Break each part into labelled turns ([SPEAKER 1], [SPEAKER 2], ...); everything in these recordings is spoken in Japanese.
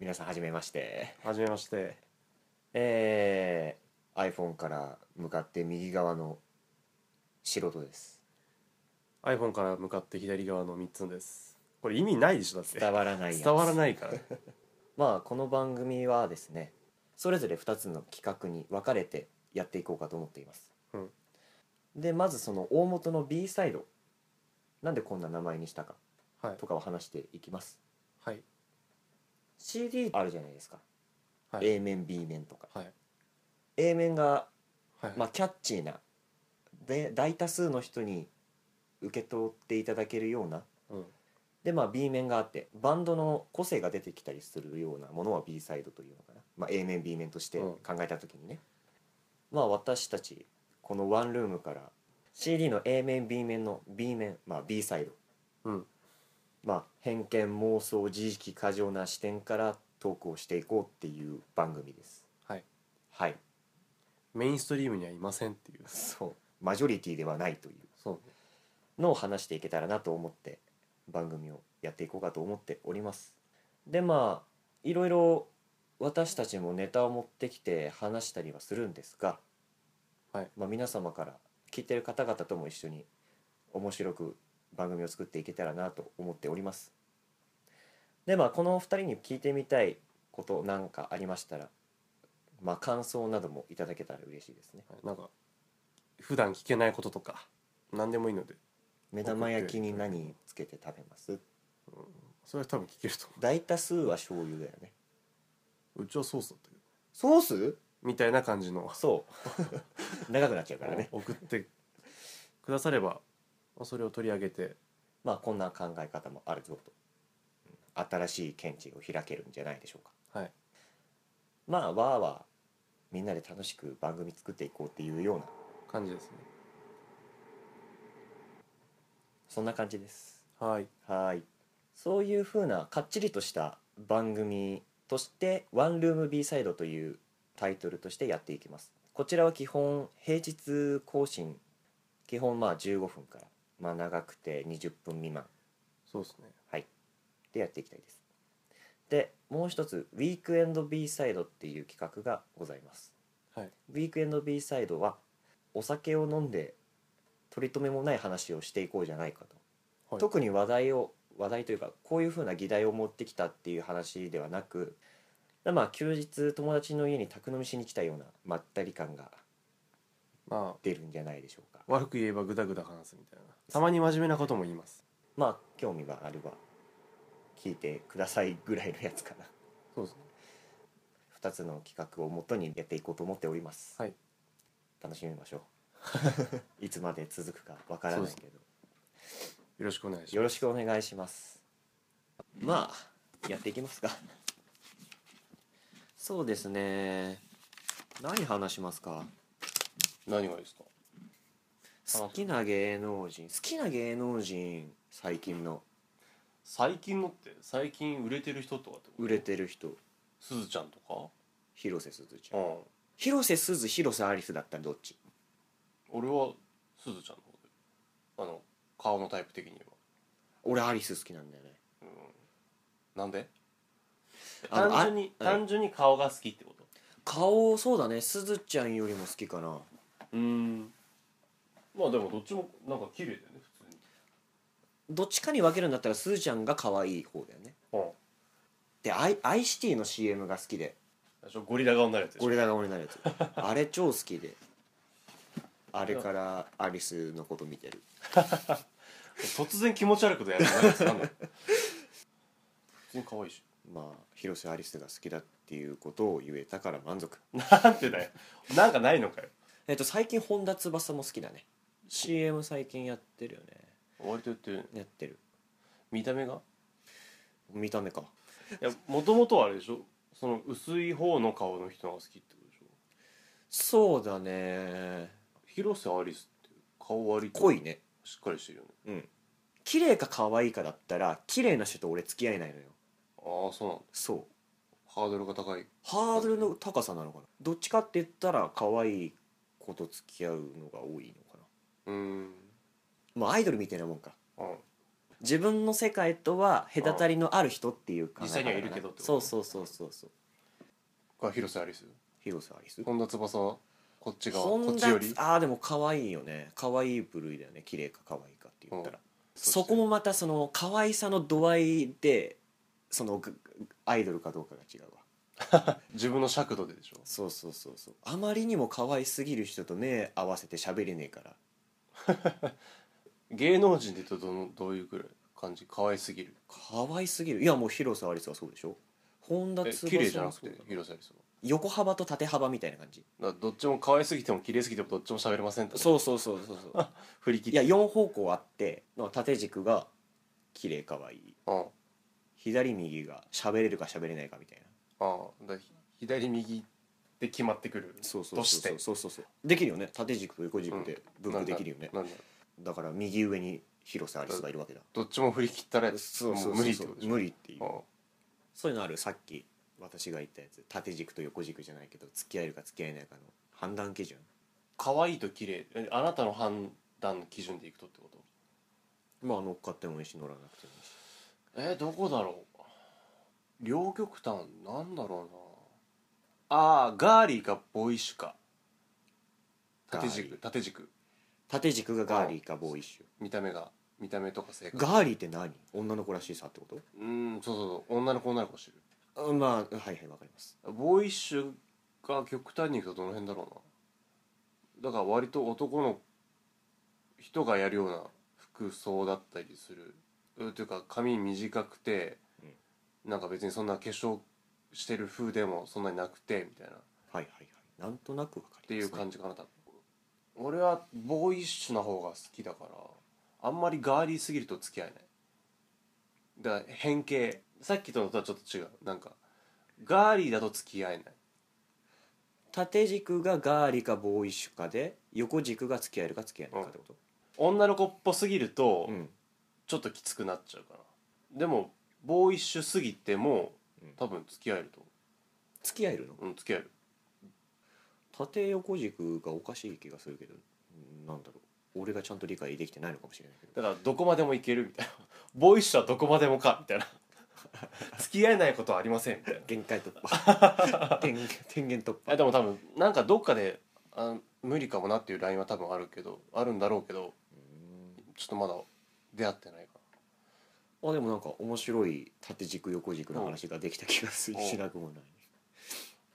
[SPEAKER 1] 皆さんはじめまして
[SPEAKER 2] はじめまして。
[SPEAKER 1] えー、iPhone から向かって右側の素人です
[SPEAKER 2] iPhone から向かって左側の三つです。これ意味ないでしょだって。
[SPEAKER 1] 伝わらないやつ
[SPEAKER 2] 伝わらないから。
[SPEAKER 1] まあこの番組はですねそれぞれ2つの企画に分かれてやっていこうかと思っています、
[SPEAKER 2] うん
[SPEAKER 1] でまずその大元の B サイドなんでこんな名前にしたか
[SPEAKER 2] はい
[SPEAKER 1] とかを話していきます
[SPEAKER 2] はい
[SPEAKER 1] CD あるじゃないですか、
[SPEAKER 2] はい
[SPEAKER 1] A 面 B 面とか
[SPEAKER 2] はい
[SPEAKER 1] A 面が、
[SPEAKER 2] はい。
[SPEAKER 1] まあ、キャッチーなで大多数の人に受け取っていただけるような
[SPEAKER 2] うん
[SPEAKER 1] でまあ B 面があってバンドの個性が出てきたりするようなものは B サイドというのかな、まあ、A 面 B 面として
[SPEAKER 2] うん
[SPEAKER 1] 考えた時にね、まあ私たちこのワンルームから CD の A 面 B 面の B 面、まあ、B サイド、
[SPEAKER 2] うん
[SPEAKER 1] まあ、偏見妄想自意識過剰な視点からトークをしていこうっていう番組です
[SPEAKER 2] はい。
[SPEAKER 1] はい
[SPEAKER 2] メインストリームにはいませんっていう。
[SPEAKER 1] そうマジョリティではないとい
[SPEAKER 2] そう
[SPEAKER 1] うのを話していけたらなと思って番組をやっていこうかと思っておりますでまあいろいろ私たちもネタを持ってきて話したりはするんですが、
[SPEAKER 2] はい
[SPEAKER 1] まあ、皆様から聞いてる方々とも一緒に面白く番組を作っていけたらなと思っておりますでまあこのお二人に聞いてみたいことなんかありましたらまあ感想などもいただけたら嬉しいですね
[SPEAKER 2] はいなんか普段聞けないこととか何でもいいので、
[SPEAKER 1] 目玉焼きに何つけて食べます
[SPEAKER 2] それは多分聞けると思
[SPEAKER 1] 大多数は醤油だよね
[SPEAKER 2] う。うちはソースだったけど
[SPEAKER 1] ソース
[SPEAKER 2] みたいな感じの
[SPEAKER 1] そう長くなっちゃう からね
[SPEAKER 2] 送ってくだされば、それを取り上げて
[SPEAKER 1] まあこんな考え方もあるぞとうん新しい見地を開けるんじゃないでしょうか
[SPEAKER 2] はい
[SPEAKER 1] まあわーわーみんなで楽しく番組作っていこうっていうような
[SPEAKER 2] 感じですね。
[SPEAKER 1] そんな感じです
[SPEAKER 2] はい
[SPEAKER 1] はーいそういうふうなかっちりとした番組として「ワンルーム B サイド」というタイトルとしてやっていきますこちらは基本平日更新基本まあ15分から、まあ、長くて20分未満
[SPEAKER 2] そうですね。
[SPEAKER 1] でやっていきたいですでもう一つ「ウィークエンド B サイド」っていう企画がございます
[SPEAKER 2] はい
[SPEAKER 1] ウィークエンド B サイドはお酒を飲んで取り留めもない話をしていこうじゃないかと、
[SPEAKER 2] はい
[SPEAKER 1] 特に話題を話題というかこういうふうな議題を持ってきたっていう話ではなくまあ休日友達の家に宅飲みしに来たようなまったり感が
[SPEAKER 2] まあ
[SPEAKER 1] 出るんじゃないでしょうか
[SPEAKER 2] 悪く言えばグダグダ話すみたいなたまに真面目なことも言います
[SPEAKER 1] まあ興味があれば聞いてくださいぐらいのやつかな
[SPEAKER 2] そうですね
[SPEAKER 1] 2つの企画をもとにやっていこうと思っております、
[SPEAKER 2] はい
[SPEAKER 1] 楽しみましょ ういつまで続くかわからないけど
[SPEAKER 2] よろしくお願いし
[SPEAKER 1] よ
[SPEAKER 2] ま
[SPEAKER 1] ろしくお願いしますまあやっていきますか そうですね何話しますか
[SPEAKER 2] す何がですか
[SPEAKER 1] 好きな芸能人好きな芸能人最近の
[SPEAKER 2] 最近のって最近売れてる人とかって
[SPEAKER 1] 売れてる人
[SPEAKER 2] すずちゃんとか
[SPEAKER 1] 広瀬すずちゃん
[SPEAKER 2] うん
[SPEAKER 1] 広瀬すず広瀬アリスだったらどっち
[SPEAKER 2] 俺はすずちゃんの方であの顔のタイプ的には
[SPEAKER 1] 俺アリス好きなんだよね
[SPEAKER 3] なんで
[SPEAKER 1] あの
[SPEAKER 3] 単純に
[SPEAKER 1] あ
[SPEAKER 3] 単純に顔が好きってこと
[SPEAKER 1] 顔そうだねすずちゃんよりも好きかな
[SPEAKER 3] うんまあでもどっちもなんか綺麗だよね普通に
[SPEAKER 1] どっちかに分けるんだったらすずちゃんが可愛い方だよねでアイアイシティの CM が好きで
[SPEAKER 3] 最初ゴリラ顔になるやつでしょ
[SPEAKER 1] 俺らが俺になるや つあれ超好きであれからアリスのこと見てる
[SPEAKER 3] 突然気持ち悪いことやるのなん ですかなんだ普通に可愛いし
[SPEAKER 1] まあ広瀬アリスが好きだっていうことを言えたから満足
[SPEAKER 3] なんてだよなんかないのかよ
[SPEAKER 1] えっと最近本田翼も好きだね CM 最近やってるよね
[SPEAKER 3] 割と言ってるね
[SPEAKER 1] やってる
[SPEAKER 3] 見た目が
[SPEAKER 1] 見た目か
[SPEAKER 3] いやもともとはあれでしょその薄い方の顔の人が好きってことでしょ
[SPEAKER 1] そうだね
[SPEAKER 3] 広瀬アリスって顔割と
[SPEAKER 1] 濃いね
[SPEAKER 3] しっかりしてるよね
[SPEAKER 1] うん綺麗か可愛いかだったら綺麗な人と俺付き合えないのよ
[SPEAKER 3] ああそうなんだ
[SPEAKER 1] そう
[SPEAKER 3] ハードルが高い
[SPEAKER 1] ハードルの高さなのかなどっちかって言ったら可愛い子と付き合うのが多いのか
[SPEAKER 2] うーん
[SPEAKER 1] なまあアイドルみたいなもんか
[SPEAKER 2] うん
[SPEAKER 1] 自分の世界とは隔たりのある人っていうか
[SPEAKER 2] 実際にはいるけどってこと
[SPEAKER 1] そうそうそうそうそう
[SPEAKER 2] これ広瀬アリス
[SPEAKER 1] 広瀬アリス
[SPEAKER 2] 本田翼はこっち側こ
[SPEAKER 1] 本
[SPEAKER 2] っ
[SPEAKER 1] 田
[SPEAKER 2] ちより
[SPEAKER 1] ああでも可愛いよね可愛い部類だよね綺麗か可愛いかって言ったら、
[SPEAKER 2] うん
[SPEAKER 1] そこもまたその可愛さの度合いでそのぐぐアイドルかどうかが違うわ
[SPEAKER 2] 自分の尺度ででしょ
[SPEAKER 1] そうそうそうそうあまりにも可愛すぎる人と目合わせて喋れねえから
[SPEAKER 2] 芸能人で言うとどのどういうくらい感じ可愛すぎる
[SPEAKER 1] 可愛すぎるいやもう広瀬アリスはそうでしょ本田
[SPEAKER 2] え
[SPEAKER 1] 翼
[SPEAKER 2] 綺麗じゃなく
[SPEAKER 1] も
[SPEAKER 2] て
[SPEAKER 1] そうだ
[SPEAKER 2] 広瀬アリスは
[SPEAKER 1] 横幅と縦幅みたいな感じ
[SPEAKER 2] だからどっちも可愛すぎても綺麗すぎてもどっちも喋れませんって
[SPEAKER 1] そうそうそうそうそう
[SPEAKER 2] 振り切 っ
[SPEAKER 1] い
[SPEAKER 2] て
[SPEAKER 1] や4方向あっての縦軸が綺麗可愛い
[SPEAKER 2] うんあ
[SPEAKER 1] 左右が喋れるか喋れないかみたいな
[SPEAKER 2] あだひ左右で決まってくる
[SPEAKER 1] そうそうそ
[SPEAKER 2] とし
[SPEAKER 1] うそ
[SPEAKER 2] て
[SPEAKER 1] うそうそうそうできるよね縦軸と横軸で分布できるよね、
[SPEAKER 2] なんだなんだ
[SPEAKER 1] だから右上に広瀬アリスがいるわけだ
[SPEAKER 2] どっちも振り切ったらもう無理ってことでしょ
[SPEAKER 1] 無理っていう
[SPEAKER 2] あ
[SPEAKER 1] そういうのあるさっき私が言ったやつ縦軸と横軸じゃないけど付き合えるか付き合えないかの判断基準
[SPEAKER 2] 可愛いと綺麗えあなたの判断の基準でいくとってこと
[SPEAKER 1] まあ乗っかってもいいし乗らなくてもいいし
[SPEAKER 2] えーどこだろう両極端なんだろうなああガーリーかボーイッシュか縦
[SPEAKER 1] ガーリ
[SPEAKER 2] 軸
[SPEAKER 1] ー
[SPEAKER 2] 縦軸
[SPEAKER 1] 縦軸がガーリーかボーイッシ
[SPEAKER 2] 見た目が見た目とか性
[SPEAKER 1] ュ
[SPEAKER 2] 格
[SPEAKER 1] ガーリーって何女の子らしいさってこ
[SPEAKER 2] うーんそうそうそう女の子女の子知る
[SPEAKER 1] とあまあはいはいわかります
[SPEAKER 2] ボーイッシュが極端にいくとどの辺だろうなだから割と男の人がやるような服装だったりするうんというか髪短くて、なんか別にそんな化粧してる風でもそんなになくてみたいなっ
[SPEAKER 1] はいはいはいなんとなくわか
[SPEAKER 2] て
[SPEAKER 1] り
[SPEAKER 2] い
[SPEAKER 1] ます、
[SPEAKER 2] う感じかな多分俺はボーイッシュな方が好きだからあんまりガーリーすぎると付き合えないだから変形さっきとのとはちょっと違うなんかガーリーだと付き合えない
[SPEAKER 1] 縦軸がガーリーかボーイッシュかで横軸が付き合えるか付き合えないかってこと
[SPEAKER 2] 女の子っぽすぎると
[SPEAKER 1] うん
[SPEAKER 2] ちょっときつくなっちゃうかなでもボーイッシュすぎても
[SPEAKER 1] うん
[SPEAKER 2] 多分付き合えると
[SPEAKER 1] 付き合えるの
[SPEAKER 2] うん付き合える
[SPEAKER 1] 縦横軸がおかしい気がするけどうんなんだろう俺がちゃんと理解できてないのかもしれないけど
[SPEAKER 2] だからどこまでもいけるみたいな ボーイッシュはどこまでもかみたいな 付き合えないことはありませんみたいな
[SPEAKER 1] 限界突破 天天元突
[SPEAKER 2] え
[SPEAKER 1] 破
[SPEAKER 2] でも多分なんかどっかであ無理かもなっていうラインは多分あるけどあるんだろうけどちょっとまだ出会ってないか
[SPEAKER 1] あでもなんか面白い縦軸横軸の話ができた気がする
[SPEAKER 2] うん
[SPEAKER 1] しなくもない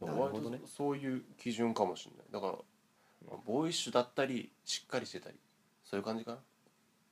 [SPEAKER 2] ら
[SPEAKER 1] なるほどね
[SPEAKER 2] 割とそういう基準かもしれないだから、まあボーイッシュだったりしっかりしてたりそういう感じかな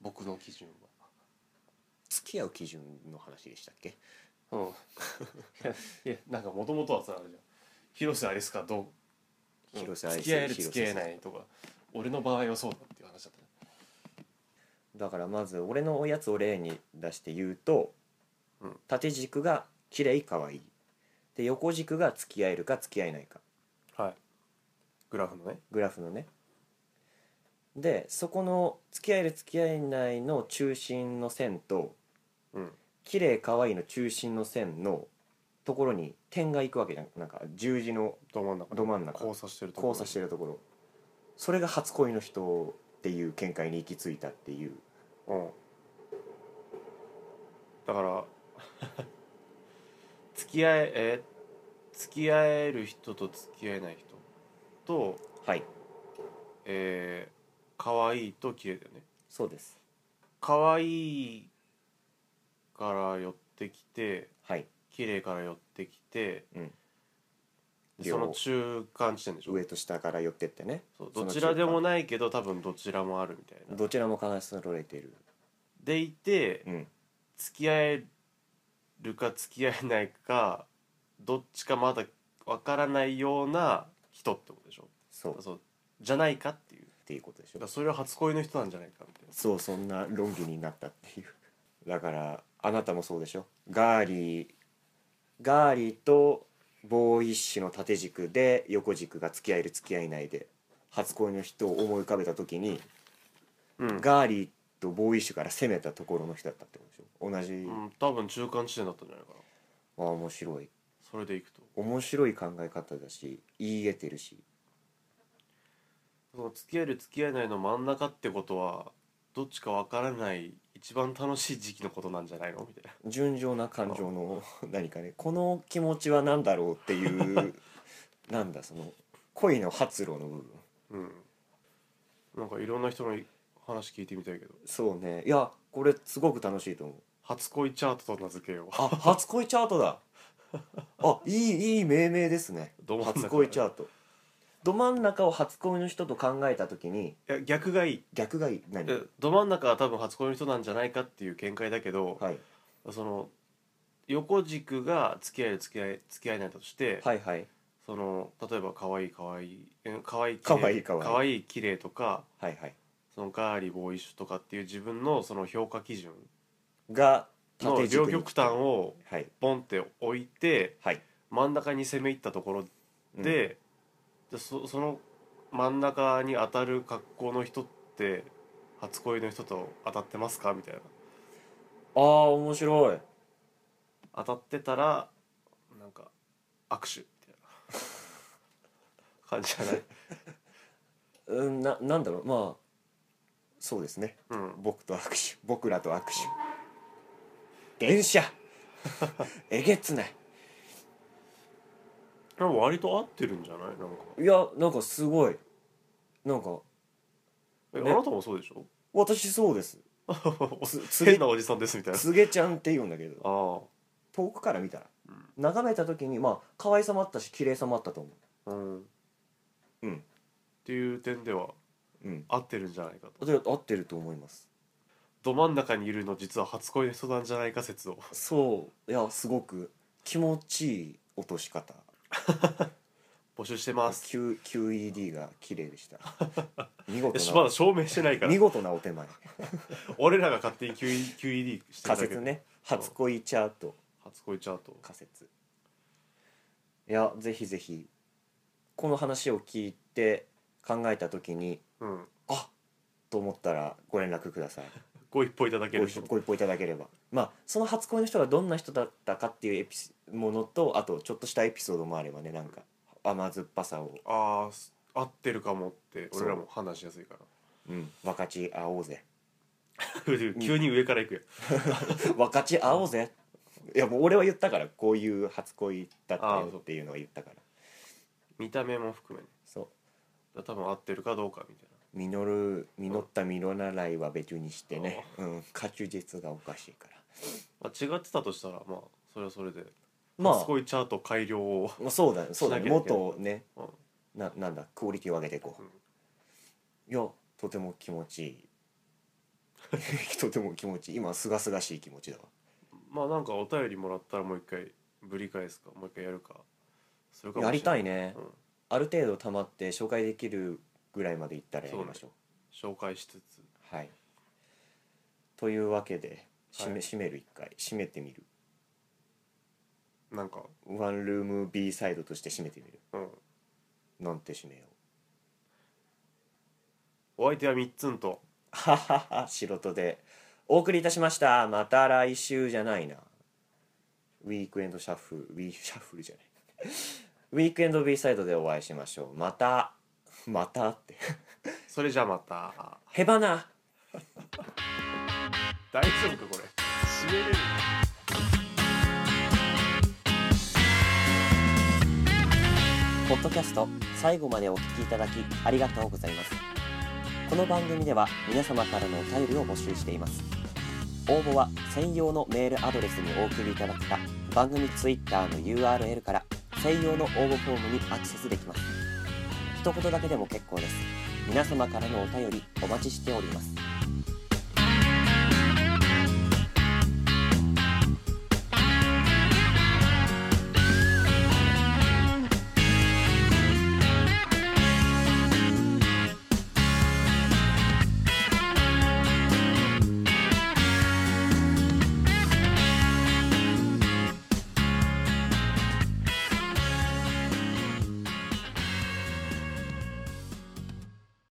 [SPEAKER 2] 僕の基準は
[SPEAKER 1] 付き合う基準の話でしたっけ
[SPEAKER 2] うん、いやいやなんかもともとはさあれじゃん広瀬アリスかどううん
[SPEAKER 1] 広瀬アリス
[SPEAKER 2] 付き合える
[SPEAKER 1] 広瀬
[SPEAKER 2] 付き合えないとか俺の場合はそうだっていう話だったね
[SPEAKER 1] だからまず俺のおやつを例に出して言うと、
[SPEAKER 2] うん
[SPEAKER 1] 縦軸が綺麗可愛いで横軸が付き合えるか付き合えないか
[SPEAKER 2] はいグラフのね
[SPEAKER 1] グラフのねでそこの付き合える付き合えないの中心の線と
[SPEAKER 2] うん
[SPEAKER 1] 綺麗可愛いの中心の線のところに点がいくわけじゃんなんか十字の
[SPEAKER 2] ど真ん中
[SPEAKER 1] ど真ん中
[SPEAKER 2] 交差してるところ
[SPEAKER 1] 交差してるところそれが初恋の人っていう見解に行き着いたっていう
[SPEAKER 2] うんだから 付き合ええ付き合える人と付き合えない人と
[SPEAKER 1] はい
[SPEAKER 2] えー、可愛いと綺麗だよね
[SPEAKER 1] そうです
[SPEAKER 2] 可愛いから寄ってきて
[SPEAKER 1] はい
[SPEAKER 2] 綺麗から寄ってきて、
[SPEAKER 1] うん
[SPEAKER 2] で
[SPEAKER 1] 両
[SPEAKER 2] その中間地点でしょ
[SPEAKER 1] 上と下から寄ってってね
[SPEAKER 2] そう
[SPEAKER 1] そ
[SPEAKER 2] ど
[SPEAKER 1] の
[SPEAKER 2] ちらでもないけど多分どちらもあるみたいな
[SPEAKER 1] どちらも必ず揃えている
[SPEAKER 2] でいて
[SPEAKER 1] うん
[SPEAKER 2] 付き合えるか付き合えないかどっちかまだわからないような人ってことでしょ
[SPEAKER 1] そうっ
[SPEAKER 2] そうじゃないかっていう
[SPEAKER 1] ていうことでし
[SPEAKER 2] だ
[SPEAKER 1] ょ
[SPEAKER 2] からそれは初恋の人なんじゃないかみたいな
[SPEAKER 1] そうそんな論議になったっていう だからあなたもそうでしょガーリーガーリーとボーイッシュの縦軸で横軸が付き合える付き合いないで初恋の人を思い浮かべた時に、
[SPEAKER 2] うん
[SPEAKER 1] ガーリーとボーイッシュから攻めたところの人だったってことでしょ同じ、
[SPEAKER 2] うん、多分中間地点だったんじゃないかな
[SPEAKER 1] あ面白い
[SPEAKER 2] それでいくと
[SPEAKER 1] 面白い考え方だし言い得てるし
[SPEAKER 2] その付き合える付き合えないの真ん中ってことはどっちかわからない一番楽しい時期のことなんじゃないのみたいな
[SPEAKER 1] 純情な感情の 何かねこの気持ちは何だろうっていう なんだその恋の発露の部分
[SPEAKER 2] うんなんかいろんな人の話聞いてみたいけど
[SPEAKER 1] そうねいやこれすごく楽しいと思う
[SPEAKER 2] 初恋チャートと名付けよう
[SPEAKER 1] あ初恋チャートだあいいいい命名ですね
[SPEAKER 2] ど真ん中
[SPEAKER 1] 初恋チャートど真ん中を初恋の人と考えた時に
[SPEAKER 2] いや逆がいい
[SPEAKER 1] 逆がいい何、
[SPEAKER 2] えど真ん中は多分初恋の人なんじゃないかっていう見解だけど、
[SPEAKER 1] はい、
[SPEAKER 2] その横軸が付き合える付き合え付き合えないとして、
[SPEAKER 1] はいはい
[SPEAKER 2] その例えば可愛い可愛いえ可愛い
[SPEAKER 1] 可愛い可
[SPEAKER 2] 可
[SPEAKER 1] 愛い
[SPEAKER 2] 愛い綺麗とか
[SPEAKER 1] はいはい
[SPEAKER 2] そのガーリーボーイッシュとかっていう自分のその評価基準
[SPEAKER 1] が
[SPEAKER 2] の
[SPEAKER 1] 軸
[SPEAKER 2] 両
[SPEAKER 1] に
[SPEAKER 2] 極端を
[SPEAKER 1] はい
[SPEAKER 2] ポンって置いて
[SPEAKER 1] はい
[SPEAKER 2] 真ん中に攻め入ったところで、でそその真ん中に当たる格好の人って初恋の人と当たってますかみたいな
[SPEAKER 1] ああ面白い
[SPEAKER 2] 当たってたらなんか握手みたいな感じじゃ ない、
[SPEAKER 1] うんななんだろうまあそうですね
[SPEAKER 2] うん、
[SPEAKER 1] 僕と握手僕らと握手電車 えげつない
[SPEAKER 2] でも割と合ってるんじゃないなんか
[SPEAKER 1] いやなんかすごいなんか
[SPEAKER 2] え、
[SPEAKER 1] ね
[SPEAKER 2] あなたもそうでしょ
[SPEAKER 1] 私そうですつつげ
[SPEAKER 2] 変な おじさんですみたいな
[SPEAKER 1] つげちゃんって言うんだけど
[SPEAKER 2] ああ
[SPEAKER 1] 遠くから見たら眺めた時にまあ可愛さもあったし綺麗さもあったと思
[SPEAKER 2] うん、
[SPEAKER 1] うん
[SPEAKER 2] っていう点では
[SPEAKER 1] ううん
[SPEAKER 2] 合ってるんじゃないかと
[SPEAKER 1] で合ってると思います
[SPEAKER 2] ど真ん中にいるの実は初恋の人なんじゃないか説を
[SPEAKER 1] そういやすごく気持ちいい落とし方
[SPEAKER 2] 募集してます、
[SPEAKER 1] Q QED が綺麗でした 見事
[SPEAKER 2] まだ
[SPEAKER 1] な
[SPEAKER 2] 証明してないから
[SPEAKER 1] 見事なお手前
[SPEAKER 2] 俺らが勝手に QE QED してるだ
[SPEAKER 1] 仮
[SPEAKER 2] け
[SPEAKER 1] 説ね初恋チャート
[SPEAKER 2] 初恋チャート
[SPEAKER 1] 仮説いやぜひぜひこの話を聞いて考えた時に
[SPEAKER 2] うん
[SPEAKER 1] あと思ったらご連絡ください
[SPEAKER 2] ご一報いただけ
[SPEAKER 1] ご
[SPEAKER 2] る
[SPEAKER 1] 一緒ご一報いただければまあその初恋の人がどんな人だったかっていうエピスものとあとちょっとしたエピソードもあればねなんか甘酸っぱさを、
[SPEAKER 2] ああす合ってるかもって
[SPEAKER 1] そう
[SPEAKER 2] 俺らも判断しやすいから
[SPEAKER 1] う ん、分かち合おうぜ
[SPEAKER 2] 急に上から行くよ
[SPEAKER 1] 分かち合おうぜいやもう俺は言ったからこういう初恋だった
[SPEAKER 2] あー
[SPEAKER 1] よ
[SPEAKER 2] そう
[SPEAKER 1] っていうのは言ったから
[SPEAKER 2] 見た目も含めね
[SPEAKER 1] そう
[SPEAKER 2] だから多分合ってるかどうかみたいな
[SPEAKER 1] 実る実った実らないは別にしてね、うん、確実がおかしいから
[SPEAKER 2] まあ、違ってたとしたらまあそれはそれで、
[SPEAKER 1] ま
[SPEAKER 2] 初
[SPEAKER 1] あ
[SPEAKER 2] 恋チャート改良を、
[SPEAKER 1] まあそうだねそうだね
[SPEAKER 2] しなきゃいけない
[SPEAKER 1] もっとね
[SPEAKER 2] うん
[SPEAKER 1] ななんだクオリティを上げていこう、いやとても気持ちいい とても気持ちいい今すがすがしい気持ちだわ
[SPEAKER 2] まあなんかお便りもらったらもう一回ぶり返すかもう一回やるかそれかも
[SPEAKER 1] や
[SPEAKER 2] しれ
[SPEAKER 1] りた
[SPEAKER 2] ない
[SPEAKER 1] ね、
[SPEAKER 2] うん
[SPEAKER 1] ある程度たまって紹介できるぐらいまでいったらやりましょう
[SPEAKER 2] 紹介しつつ
[SPEAKER 1] はいというわけで締め,、
[SPEAKER 2] はい
[SPEAKER 1] 締める一回締めてみる
[SPEAKER 2] なんか
[SPEAKER 1] ワンルーム B サイドとして締めてみる
[SPEAKER 2] うん
[SPEAKER 1] なんて締めよう
[SPEAKER 2] お相手はみっつんと
[SPEAKER 1] ははは仕事でお送りいたしましたまた来週じゃないなウィークエンドシャッフルウィーシャッフルじゃないウィークエンド B サイドでお会いしましょうまたまたって
[SPEAKER 2] それじゃあまた
[SPEAKER 1] へばな
[SPEAKER 2] 大丈夫かこれ締めれる
[SPEAKER 1] ポッドキャスト最後までお聞きいただきありがとうございますこの番組では皆様からのお便りを募集しています応募は専用のメールアドレスにお送りいただくか番組ツイッターの URL から専用の応募フォームにアクセスできます一言だけでも結構です皆様からのお便りお待ちしております